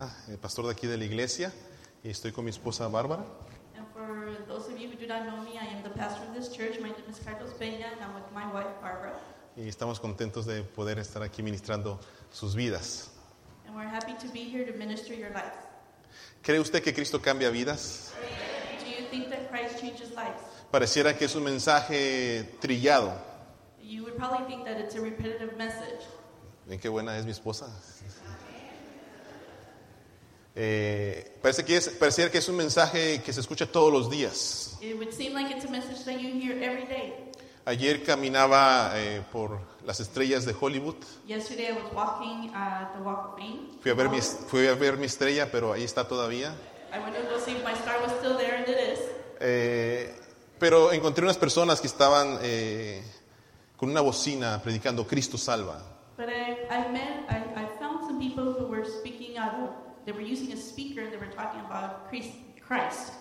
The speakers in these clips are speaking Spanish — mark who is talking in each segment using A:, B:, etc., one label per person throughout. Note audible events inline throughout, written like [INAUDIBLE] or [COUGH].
A: ah, el pastor de aquí de la iglesia y estoy con mi esposa Bárbara.
B: And for those of you who do not know me, I am the pastor of this church. My name is Carlos Peña, and I'm with my wife, Barbara.
A: y estamos contentos de poder estar aquí ministrando sus vidas.
B: And we're happy to be here to minister your life.
A: ¿Cree usted que Cristo cambia vidas?
B: Do you think that Christ changes lives?
A: Pareciera que es un mensaje trillado.
B: You would probably think that it's a repetitive message.
A: Ven qué buena es mi esposa. Eh, parece que es, pareciera que es un mensaje que se escucha todos los días.
B: It would seem like it's a message that you hear every day.
A: Ayer caminaba eh, por las estrellas de Hollywood.
B: Yesterday, I was walking uh, the Walk of Fame.
A: Fui a, ver mi, fui a ver mi estrella, pero ahí está todavía.
B: I went to go see if my star was still there, and it is.
A: Eh, pero encontré unas personas que estaban eh, con una bocina predicando Cristo salva.
B: But I, I met, I, I found some people who were speaking out of, they were using a speaker and they were talking about Christ. Christ.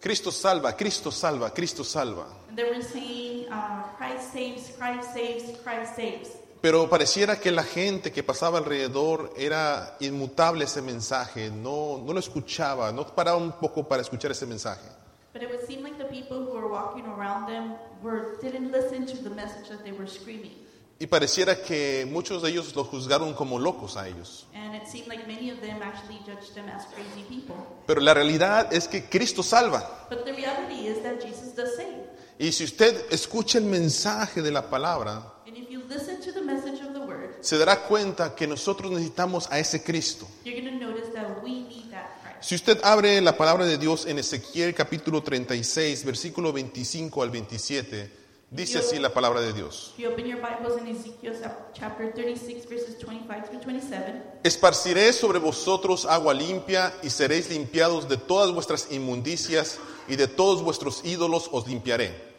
A: Cristo salva, Cristo salva, Cristo salva.
B: And they were saying, uh, Christ saves, Christ saves, Christ saves.
A: Pero pareciera que la gente que pasaba alrededor era inmutable ese mensaje, no, no lo escuchaba, no paraba un poco para escuchar ese mensaje.
B: But it would seem like the people who were walking around them were, didn't listen to the message that they were screaming.
A: Y pareciera que muchos de ellos lo juzgaron como locos a ellos.
B: And it seemed like many of them actually judged them as crazy people.
A: Pero la realidad es que Cristo salva.
B: But the reality is that Jesus does save.
A: Y si usted escucha el mensaje de la palabra,
B: And if you listen to the message of the word,
A: se dará cuenta que nosotros necesitamos a ese Cristo.
B: you're going to notice that we need that Christ.
A: Si usted abre la palabra de Dios en Ezequiel capítulo 36, versículo 25 al 27, dice así la palabra de Dios.
B: If you open your Bibles in Ezekiel chap- chapter 36, verses 25 through 27,
A: Esparciré sobre vosotros agua limpia y seréis limpiados de todas vuestras inmundicias y de todos vuestros ídolos os limpiaré.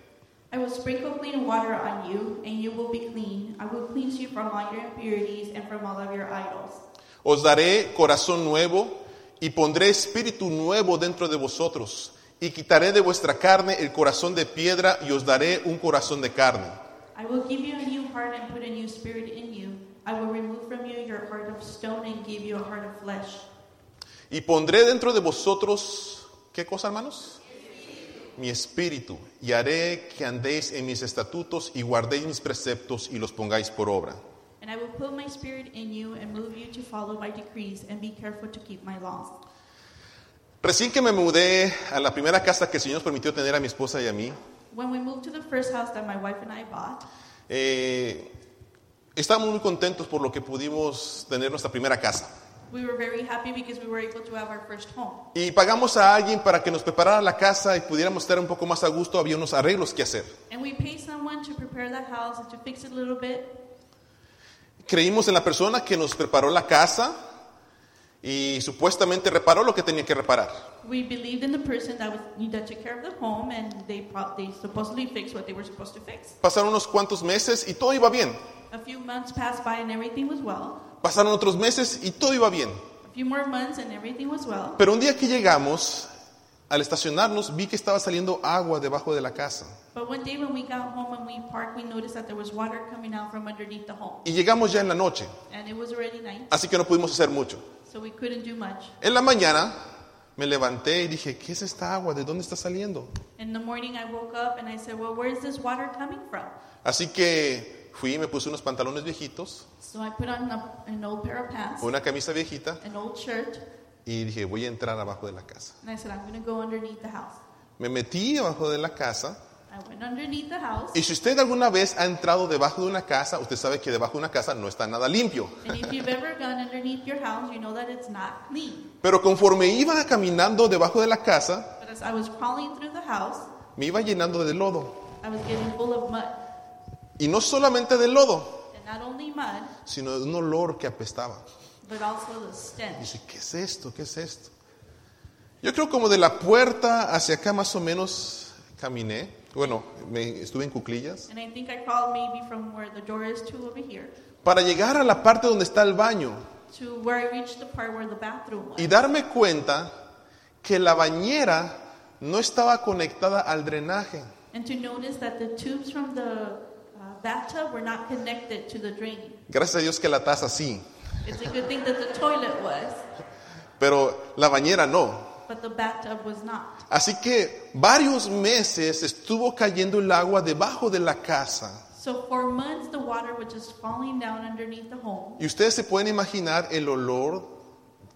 B: I will sprinkle clean water on you, and you will be clean. I will cleanse you from all your impurities and from all of your idols.
A: Os daré corazón nuevo y pondré espíritu nuevo dentro de vosotros y quitaré de vuestra carne el corazón de piedra y os daré un corazón de carne.
B: I will give you a new heart and put a new spirit in you. I will remove from you your heart of stone and give you a heart of flesh.
A: Y pondré dentro de vosotros, ¿qué cosa, hermanos? Mi espíritu, y haré que andéis en mis estatutos y guardéis mis preceptos y los pongáis por obra.
B: And I will put my spirit in you and move you to follow my decrees and be careful to keep my laws.
A: Recién que me mudé a la primera casa que el Señor nos permitió tener a mi esposa y a mí,
B: When we moved to the first house that my wife and I bought,
A: eh, estábamos muy contentos por lo que pudimos tener nuestra primera casa.
B: we were very happy because we were able to have our first home.
A: Y pagamos a alguien para que nos preparara la casa y pudiéramos estar un poco más a gusto, había unos arreglos que hacer.
B: And we paid someone to prepare the house and to fix it a little bit,
A: Creímos en la persona que nos preparó la casa y supuestamente reparó lo que tenía que reparar.
B: We believed in the person that was that took care of the home, and they pro- they supposedly fixed what they were supposed to fix.
A: Pasaron unos cuantos meses y todo iba bien.
B: A few months passed by, and everything was well.
A: Pasaron otros meses y todo iba bien.
B: A few more months, and everything was well.
A: Pero un día que llegamos, al estacionarnos, vi que estaba saliendo agua debajo de la casa.
B: But one day when we got home and we parked, we noticed that there was water coming out from underneath the home,
A: Y llegamos ya en la noche,
B: and it was already night,
A: así que no pudimos hacer mucho.
B: so we couldn't do much.
A: En la mañana me levanté y dije, ¿qué es esta agua? ¿De dónde está saliendo?
B: In the morning, I woke up and I said, "Well, where is this water coming from?"
A: Así que fui y me puse unos pantalones viejitos,
B: So I put on a, an old pair of pants,
A: una camisa viejita
B: an old shirt,
A: y dije, voy a entrar abajo de la casa.
B: and I said, "I'm going to go underneath the house."
A: Me metí debajo de la casa.
B: I went underneath the house.
A: Y si usted alguna vez ha entrado debajo de una casa, usted sabe que debajo de una casa no está nada limpio.
B: And if you've ever gone underneath your house, you know that it's not clean.
A: Pero conforme iba caminando debajo de la casa,
B: But as I was crawling through the house,
A: me iba llenando de lodo.
B: I was getting full of mud.
A: Y no solamente de lodo,
B: And not only mud,
A: sino de un olor que apestaba.
B: but also the stench.
A: Dice, ¿qué es esto? ¿Qué es esto? Yo creo como de la puerta hacia acá más o menos caminé. Bueno, me, estuve en cuclillas.
B: And I think I crawled maybe from where the door is to over here
A: Para llegar a la parte donde está el baño
B: to where I reached the part where the bathroom was.
A: y darme cuenta que la bañera no estaba conectada al drenaje.
B: And to notice that the tubes from the uh, bathtub were not connected to the drain.
A: Gracias a Dios que la taza sí.
B: It's a good thing that the toilet was.
A: pero la bañera no.
B: but the bathtub was not.
A: Así que varios meses estuvo cayendo el agua debajo de la casa.
B: So for months, the water was just falling down underneath the home.
A: Y ustedes se pueden imaginar el olor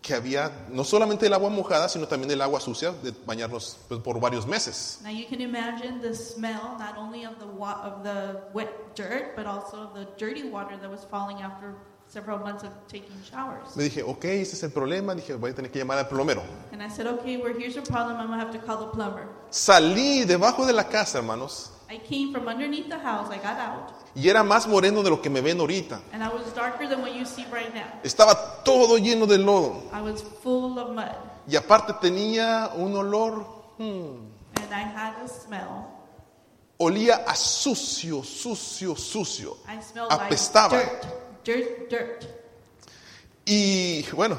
A: que había, no solamente del agua mojada, sino también del agua sucia de bañarnos pues, por varios meses.
B: Now you can imagine the smell not only of the wa- of the wet dirt, but also of the dirty water that was falling after several months of taking showers.
A: Me dije, ok, ese es el problema. Dije, voy a tener que llamar al plomero.
B: And I said, okay, well, here's your problem. I'm gonna have to call the plumber.
A: Salí debajo de la casa, hermanos,
B: I came from underneath the house. I got out,
A: y era más moreno de lo que me ven ahorita.
B: and I was darker than what you see right now.
A: Estaba todo lleno de lodo.
B: I was full of mud,
A: Y aparte tenía un olor, hmm,
B: and I had a smell.
A: olía a sucio, sucio, sucio.
B: I smelled
A: Apestaba.
B: like dirt, dirt, dirt.
A: Y bueno,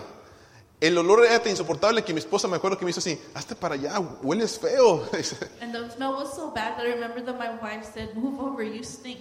A: el olor era tan insoportable que mi esposa me acuerdo que me hizo así, hazte para allá, hueles feo. [LAUGHS]
B: And the smell was so bad that I remember that my wife said, "Move over, you stink."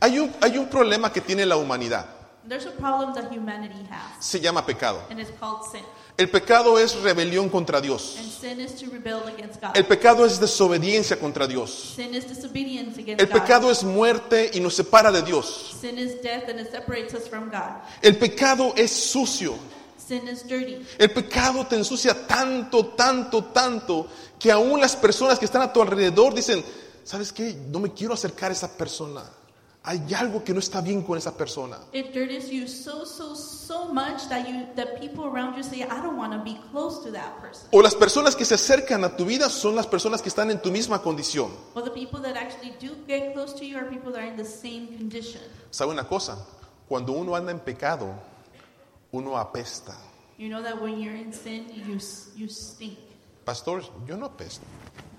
A: hay, un, hay un problema que tiene la humanidad,
B: There's a problem that humanity has,
A: se llama pecado.
B: and it's called sin.
A: El pecado es rebelión contra
B: And
A: Dios.
B: sin is to rebel against God.
A: El pecado es desobediencia contra Dios.
B: sin is disobedience against
A: El
B: God.
A: pecado es muerte y nos separa de Dios.
B: sin is death and it separates us from God.
A: El pecado es sucio.
B: Sin is dirty.
A: El pecado te ensucia tanto, tanto, tanto, que aún las personas que están a tu alrededor dicen, ¿sabes qué? No me quiero acercar a esa persona. Hay algo que no está bien con esa persona.
B: It dirties you so so so much that you that people around you say, "I don't want to be close to that person."
A: O las personas que se acercan a tu vida son las personas que están en tu misma condición.
B: Well, the people that actually do get close to you are people that are in the same condition.
A: ¿Sabe una cosa? Cuando uno anda en pecado, uno apesta.
B: You know that when you're in sin, you s- you stink.
A: Pastor, yo no apesto.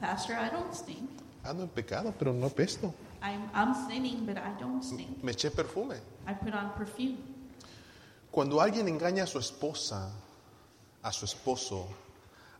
B: Pastor, I don't stink.
A: Ando en pecado, pero no apesto.
B: I'm I'm sinning, but I don't stink.
A: Me eché perfume.
B: I put on perfume.
A: Cuando alguien engaña a su esposa, a su esposo,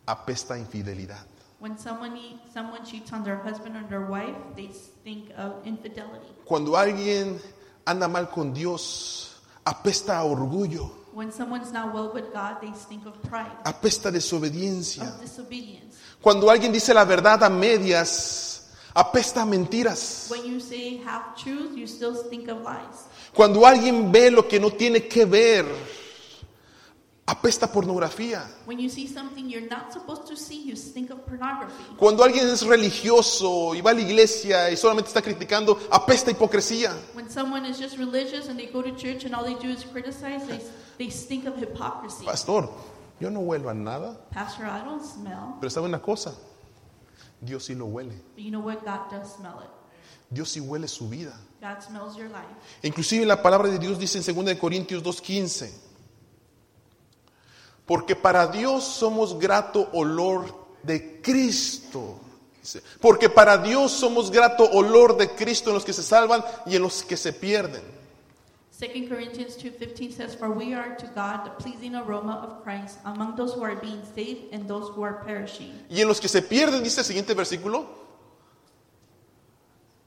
A: apesta a infidelidad.
B: When someone e- someone cheats on their husband or their wife, they think of infidelity.
A: Cuando alguien anda mal con Dios, apesta a orgullo,
B: When someone's not well with God, they think of pride,
A: apesta a desobediencia.
B: of disobedience.
A: Cuando alguien dice la verdad a medias, apesta a mentiras.
B: When you say half truth, you still think of lies.
A: Cuando alguien ve lo que no tiene que ver, apesta a pornografía.
B: When you see something you're not supposed to see, you think of pornography.
A: Cuando alguien es religioso y va a la iglesia y solamente está criticando, apesta a hipocresía.
B: When someone is just religious and they go to church and all they do is criticize, they, they think of hypocrisy.
A: Pastor, yo no huelo a nada,
B: Pastor, I don't smell.
A: pero sabe una cosa, Dios sí lo huele.
B: But you know what? God does smell it.
A: Dios sí huele su vida. E
B: God smells your life.
A: Inclusive la palabra de Dios dice en 2 de Corintios 2:15, porque para Dios somos grato olor de Cristo. Dice, Porque para Dios somos grato olor de Cristo en los que se salvan y en los que se pierden.
B: 2 Corinthians 2:15 says, "For we are to God the pleasing aroma of Christ among those who are being saved and those who are perishing."
A: Y en los que se pierden, dice el siguiente versículo,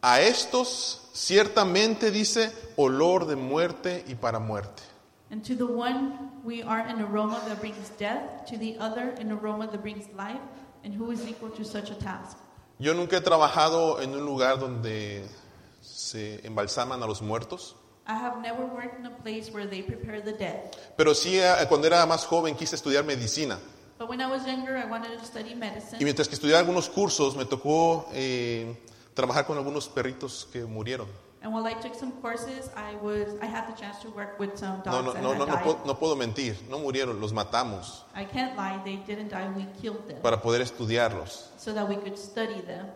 A: a estos ciertamente dice olor de muerte y para muerte.
B: And to the one we are an aroma that brings death, to the other an aroma that brings life, and who is equal to such a task?
A: Yo nunca he trabajado en un lugar donde se embalsaman a los muertos,
B: I have never worked in a place where they prepare the dead.
A: pero sí eh, cuando era más joven quise estudiar medicina.
B: But when I was younger, I wanted to study
A: Y
B: medicine.
A: mientras que estudiaba algunos cursos me tocó eh, trabajar con algunos perritos que murieron.
B: And while I took some courses, I was I had the chance to work with some
A: No,
B: dogs
A: no,
B: that
A: no,
B: had
A: no, no,
B: died.
A: puedo, no puedo mentir, no murieron, los matamos
B: I can't lie; they didn't die. We killed them
A: para poder estudiarlos.
B: so that we could study them.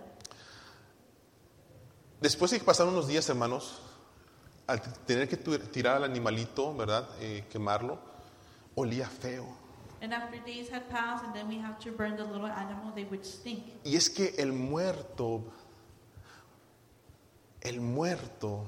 A: Después de que pasaron unos días, hermanos, al t- tener que tu- tirar al animalito, ¿verdad? Eh, quemarlo, olía feo.
B: And after days had passed, and then we have to burn the little animal, they would stink.
A: Y es que el muerto, el muerto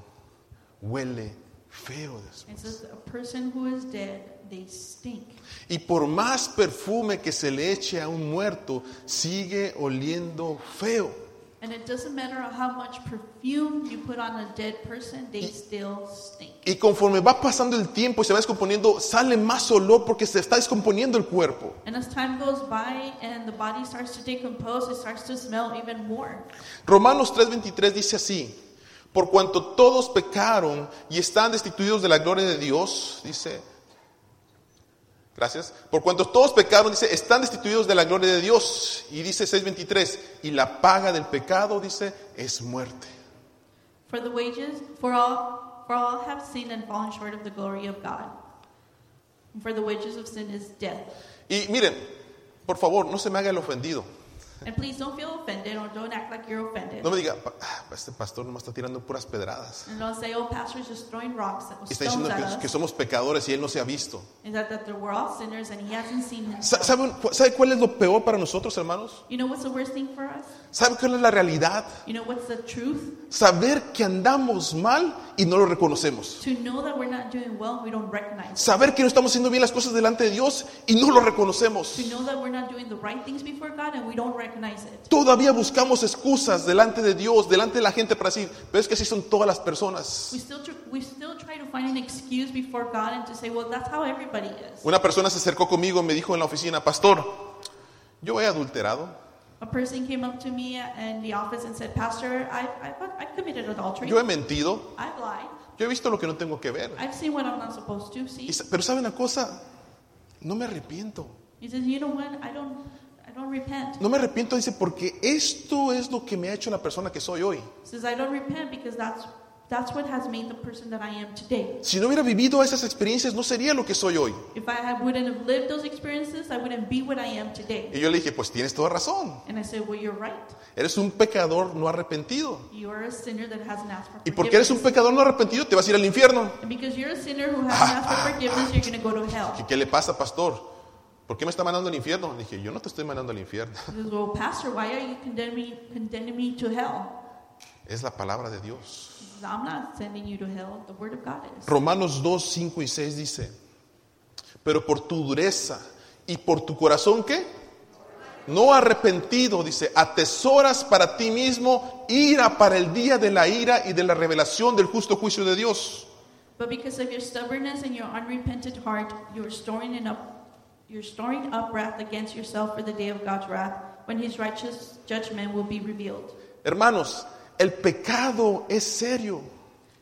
A: huele feo
B: And
A: después.
B: so a person who is dead, they stink.
A: Y por más perfume que se le eche a un muerto, sigue oliendo feo.
B: And it doesn't matter how much perfume you put on a dead person, they still stink.
A: Y conforme va pasando el tiempo y se va descomponiendo, sale más olor porque se está descomponiendo el cuerpo.
B: And as time goes by and the body starts to decompose, it starts to smell even more.
A: Romanos 3:23 dice así, por cuanto todos pecaron y están destituidos de la gloria de Dios, dice, gracias, por cuanto todos pecaron, dice, están destituidos de la gloria de Dios. Y dice 6:23, y la paga del pecado, dice, es muerte.
B: For the wages, for all, for all have sinned and fallen short of the glory of God. And for the wages of sin is death.
A: Y miren, por favor, no se me haga el ofendido.
B: And please don't feel offended or don't act like you're offended.
A: No me diga, "Pa- ah, este pastor nomás está tirando puras pedradas.
B: And don't say, oh, pastor's just throwing rocks
A: Y
B: at
A: Está
B: stones
A: diciendo
B: at
A: que, que
B: us.
A: somos pecadores y él no se ha visto.
B: Is that, that we're all sinners and he hasn't seen
A: Sa-
B: himself.
A: ¿Saben cu- ¿Sabe cuál es lo peor para nosotros, hermanos?
B: You know what's the worst thing for us?
A: ¿Sabe cuál es la realidad?
B: You know what's the truth?
A: Saber que andamos mal y no lo reconocemos.
B: To know that we're not doing well, we don't recognize.
A: Saber que no estamos haciendo bien las cosas delante de Dios y no lo reconocemos.
B: To know that we're not doing the right things before God and we don't recognize it.
A: Todavía buscamos excusas delante de Dios, delante de la gente para decir, pero es que así son todas las
B: We
A: personas.
B: still, tr- we still try to find an excuse before God and to say, well, that's how everybody is.
A: Una persona se acercó conmigo y me dijo en la oficina, pastor, yo he adulterado,
B: A person came up to me in the office and said, Pastor, I've, I've, I've committed adultery.
A: yo he mentido,
B: I've lied.
A: yo he visto lo que no tengo que ver.
B: I've seen what I'm not supposed to see.
A: Y sa- pero ¿sabe una cosa? No me arrepiento.
B: He says, you know what? I don't, I don't repent.
A: No me arrepiento, dice, porque esto es lo que me ha hecho la persona que soy hoy.
B: He says, I don't repent because that's, that's what has made the person that I am today.
A: Si no hubiera vivido esas experiencias, no sería lo que soy hoy.
B: If I had- wouldn't have lived those experiences, I wouldn't be what I am today.
A: Y yo le dije, pues tienes toda razón.
B: And I said, well, you're right.
A: Eres un pecador no arrepentido.
B: You are a sinner that hasn't asked for
A: Y porque eres
B: forgiveness.
A: un pecador no arrepentido, te vas a ir al infierno.
B: And because you're a sinner who hasn't asked for forgiveness, you're going to go to
A: ¿Qué,
B: hell.
A: qué le pasa, pastor? ¿Por qué me está mandando al infierno? Le dije, yo no te estoy mandando al infierno.
B: He says, well, Pastor, why are you condemning, condemning me to hell?
A: Es la palabra de Dios.
B: He says, I'm not sending you to hell. The word of God is.
A: Romanos 2, 5 y 6 dice, pero por tu dureza y por tu corazón, ¿qué? No arrepentido, dice, atesoras para ti mismo ira para el día de la ira y de la revelación del justo juicio de Dios.
B: But because of your stubbornness and your unrepentant heart, you're storing it up you're storing up wrath against yourself for the day of God's wrath, when his righteous judgment will be revealed.
A: Hermanos, el pecado es serio.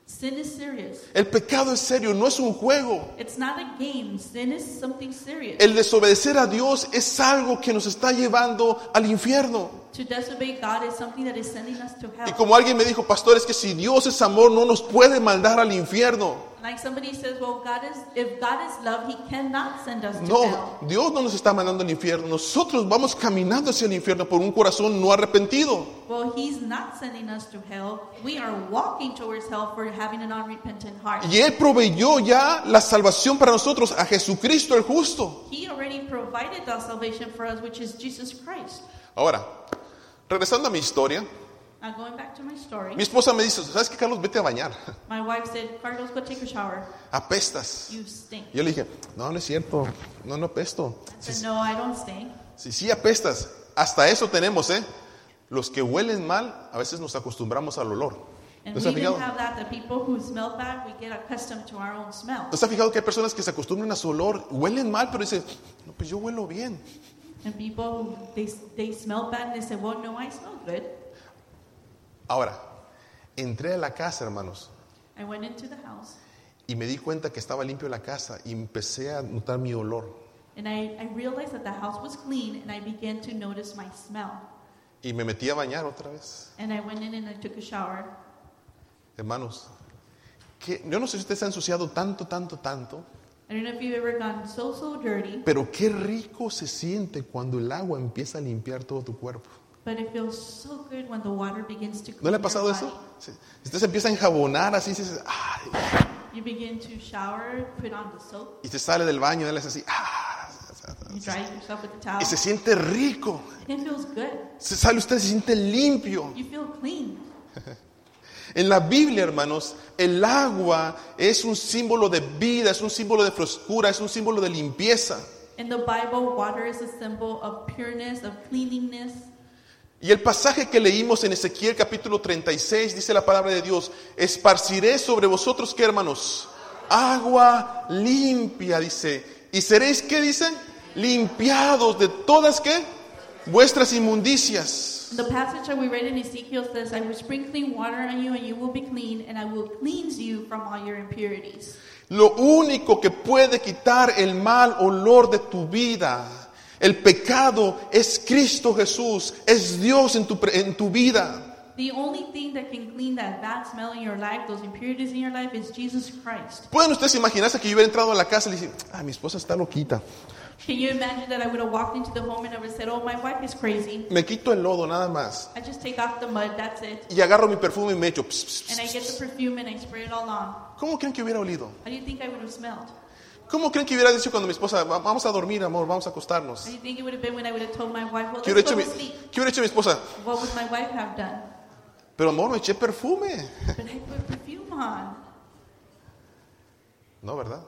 B: Sin is serious.
A: El pecado es serio, no es un juego.
B: It's not a game. Sin is something serious.
A: El desobedecer a Dios es algo que nos está llevando al infierno.
B: to disobey God is something that is sending us to hell.
A: Y como alguien me dijo, pastor, es que si Dios es amor, no nos puede mandar al infierno.
B: like somebody says, well, God is if God is love, he cannot send us to
A: No,
B: hell.
A: Dios no nos está mandando al infierno. Nosotros vamos caminando hacia el infierno por un corazón no arrepentido.
B: Well, he's not sending us to hell. We are walking towards hell for having an unrepentant heart.
A: Y Él proveyó ya la salvación para nosotros a Jesucristo el justo.
B: He already provided the salvation for us, which is Jesus Christ.
A: Ahora, regresando a mi historia,
B: Now, Uh, going back to my story,
A: mi esposa me dice, ¿sabes qué, Carlos? Vete a bañar. [LAUGHS]
B: my wife said, Carlos, go take a shower.
A: Apestas.
B: You stink.
A: Yo le dije, no, no es cierto, no, no apesto.
B: I
A: Si
B: said, no, I don't stink.
A: sí, sí apestas, hasta eso tenemos, ¿eh? Los que huelen mal, a veces nos acostumbramos al olor. ¿No
B: And we
A: se ha
B: didn't
A: fijado?
B: have that. The people who smell bad, we get accustomed to our own smell.
A: ¿No se ha fijado que hay personas que se acostumbran a su olor, huelen mal, pero dicen, no, pues yo huelo bien.
B: And people, who- they, they smell bad and they say, well, no, I smell good.
A: Ahora, entré a la casa, hermanos,
B: I went into the house
A: y me di cuenta que estaba limpio la casa y empecé a notar mi olor.
B: and I, I realized that the house was clean and I began to notice my smell.
A: Y me metí a bañar otra vez.
B: And I went in and I took a shower.
A: Hermanos, que, yo no sé si usted se ha ensuciado tanto, tanto, tanto,
B: I don't know if you've ever gotten so, so dirty,
A: Pero qué rico se siente cuando el agua empieza a limpiar todo tu cuerpo.
B: but it feels so good when the water begins to
A: ¿No
B: clean
A: le ha
B: your
A: pasado eso?
B: body.
A: Sí. Usted se empieza a enjabonar así, dices, "Ay",
B: You begin to shower, put on the soap,
A: y te sale del baño y haces así, "Ah",
B: you dry yourself with the towel.
A: y se siente rico.
B: [LAUGHS] It feels good.
A: Se sale usted, se siente limpio.
B: You feel clean.
A: En la Biblia, hermanos, el agua es un símbolo de vida, es un símbolo de frescura, es un símbolo de limpieza.
B: In the Bible, water is a symbol of pureness, of cleanliness.
A: Y el pasaje que leímos en Ezequiel capítulo 36 dice la palabra de Dios, esparciré sobre vosotros, ¿qué hermanos? Agua limpia, dice. ¿Y seréis qué dicen? Limpiados de todas qué? Vuestras inmundicias.
B: The passage that we read in Ezekiel says, I will sprinkle clean water on you, and you will be clean, and I will cleanse you from all your impurities.
A: Lo único que puede quitar el mal olor de tu vida, el pecado, es Cristo Jesús, es Dios en tu, pre- en tu vida.
B: The only thing that can clean that bad smell in your life, those impurities in your life, is Jesus Christ.
A: ¿Pueden ustedes imaginarse que yo hubiera entrado a la casa y le dije, ah, mi esposa está loquita?
B: Can you imagine that I would have walked into the home and I would have said, Oh, my wife is crazy.
A: Me quito el lodo nada más.
B: I just take off the mud, that's it.
A: Y agarro mi perfume y me echo. "Ps, ps, ps".
B: And I get the perfume and I spray it all on.
A: ¿Cómo creen que hubiera olido?
B: How do you think I would have smelled?
A: ¿Cómo creen que hubiera dicho cuando mi esposa, "Va- vamos a dormir, amor, vamos a acostarnos?
B: How do you think it would have been when I would have told my wife, Well,
A: ¿Qué hubiera
B: let's
A: hecho
B: go
A: mi,
B: to sleep?
A: qué hubiera hecho mi esposa?
B: What would my wife have done?
A: Pero amor, me eché perfume.
B: But I put perfume on.
A: No, ¿verdad?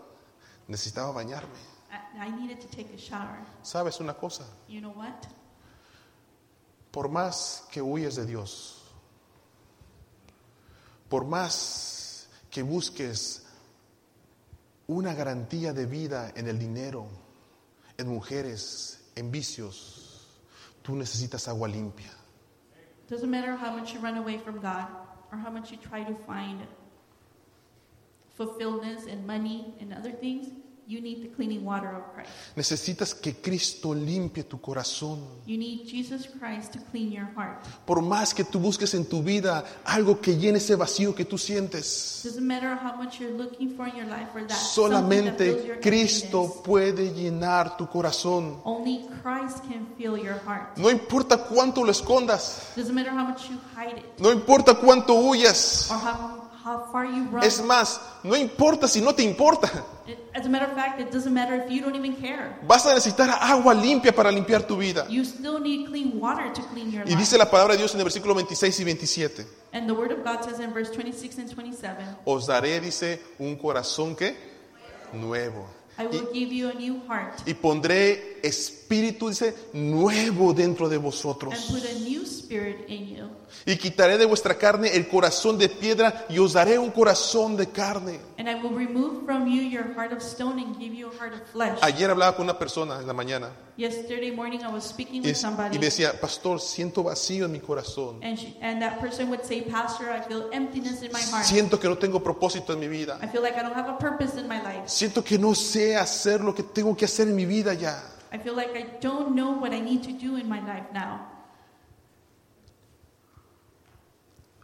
A: Necesitaba bañarme.
B: I, I needed to take a shower.
A: ¿Sabes una cosa?
B: You know what?
A: Por más que huyes de Dios, por más que busques una garantía de vida en el dinero, en mujeres, en vicios, tú necesitas agua limpia.
B: Doesn't matter how much you run away from God or how much you try to find fulfillment and money and other things, you need the cleaning water of Christ.
A: Necesitas que Cristo limpie tu corazón.
B: You need Jesus Christ to clean your heart.
A: Por más que tú busques en tu vida algo que llene ese vacío que tú sientes,
B: Doesn't matter how much you're looking for in your life or that something that fills your
A: solamente Cristo
B: emptiness.
A: puede llenar tu corazón.
B: Only Christ can fill your heart.
A: No importa cuánto lo escondas,
B: Doesn't matter how much you hide it
A: no importa cuánto huyas.
B: or how, how far you run.
A: Es más, no importa si no te importa.
B: It, as a matter of fact, it doesn't matter if you don't even care.
A: Vas a necesitar agua limpia para limpiar tu vida.
B: You still need clean water to clean your
A: Y
B: life.
A: dice la palabra de Dios en el versículo 26 y 27.
B: And the word of God says in verse 26 and 27,
A: Os daré, dice, un corazón que nuevo.
B: I will give you a new heart
A: Y pondré espíritu, dice, nuevo dentro de
B: and
A: vosotros.
B: put a new spirit in you.
A: Y quitaré de vuestra carne el corazón de piedra y os daré un corazón de carne.
B: And I will remove from you your heart of stone and give you a heart of flesh.
A: Ayer hablaba con una persona en la mañana
B: Yesterday morning I was speaking
A: y,
B: with
A: y
B: somebody
A: me decía, pastor, siento vacío en mi corazón.
B: and she, and that person would say, "Pastor, I feel emptiness in my heart.
A: Siento que no tengo propósito en mi vida.
B: I feel like I don't have a purpose in my life.
A: Siento que no sé hacer lo que tengo que hacer en mi vida ya.
B: I feel like I don't know what I need to do in my life now."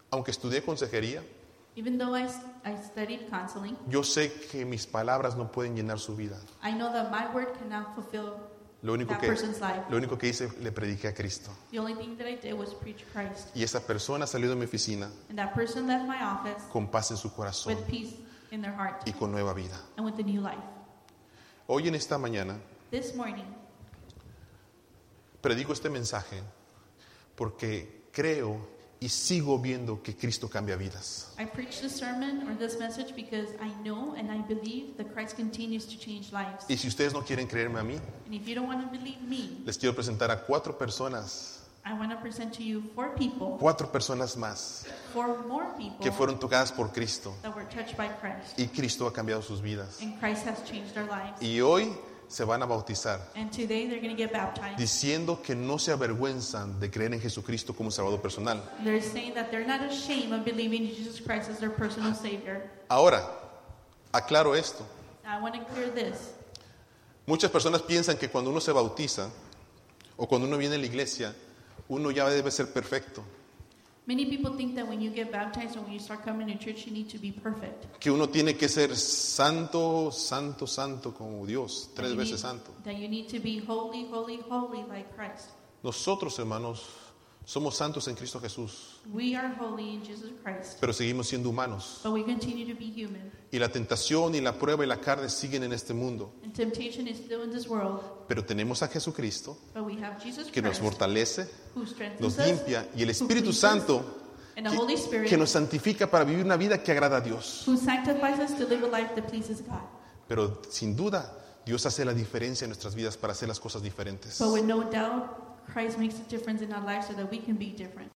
A: Aunque estudié consejería,
B: Even though I, s- I studied counseling,
A: yo sé que mis palabras no pueden llenar su vida.
B: I know that my word cannot fulfill
A: Lo único
B: that
A: que,
B: person's life.
A: lo único que hice, le prediqué a Cristo.
B: The only thing that I did was preach Christ.
A: Y esa persona salió de mi oficina
B: And that person left my office
A: con paz en su corazón
B: with peace in their heart
A: y con nueva vida.
B: and with a new life.
A: Hoy en esta mañana
B: This morning,
A: predico este mensaje porque creo y sigo viendo que Cristo cambia vidas.
B: I preached this sermon or this message because I know and I believe that Christ continues to change lives.
A: Y si ustedes no quieren creerme a mí,
B: And if you don't want to believe me,
A: les quiero presentar a cuatro personas,
B: I want to present to you four people,
A: cuatro personas más
B: four more people
A: que fueron tocadas por Cristo.
B: that were touched by Christ.
A: y Cristo ha cambiado sus vidas.
B: And Christ has changed their lives.
A: Y hoy se van a bautizar
B: And today they're going to get baptized.
A: diciendo que no se avergüenzan de creer en Jesucristo como Salvador personal.
B: They're saying that they're not ashamed of believing in Jesus Christ as their personal Savior.
A: Ahora, aclaro esto.
B: Now, I want to clear this.
A: Muchas personas piensan que cuando uno se bautiza o cuando uno viene a la iglesia, uno ya debe ser perfecto,
B: Many people think that when you get baptized and when you start coming to church, you need to be perfect.
A: que uno tiene que ser santo, santo, santo como Dios,
B: That
A: tres
B: you
A: veces
B: need-
A: santo.
B: That you need to be holy, holy, holy like Christ.
A: Nosotros, hermanos, somos santos en Cristo Jesús,
B: We are holy in Jesus Christ,
A: pero seguimos siendo humanos.
B: but we continue to be human.
A: Y la tentación y la prueba y la carne siguen en este mundo.
B: And temptation is still in this world,
A: Pero tenemos a Jesucristo
B: but we have Jesus
A: que nos
B: Christ
A: fortalece,
B: who strengthens
A: nos
B: us,
A: limpia y el
B: who
A: Espíritu
B: cleanses,
A: Santo
B: and the Holy
A: que,
B: Spirit
A: que nos santifica para vivir una vida que agrada a Dios.
B: who sanctifies us to live a life that pleases God.
A: Pero sin duda, Dios hace la diferencia en nuestras vidas para hacer las cosas diferentes.
B: But with no doubt, Christ makes a difference in our lives so that we can be different.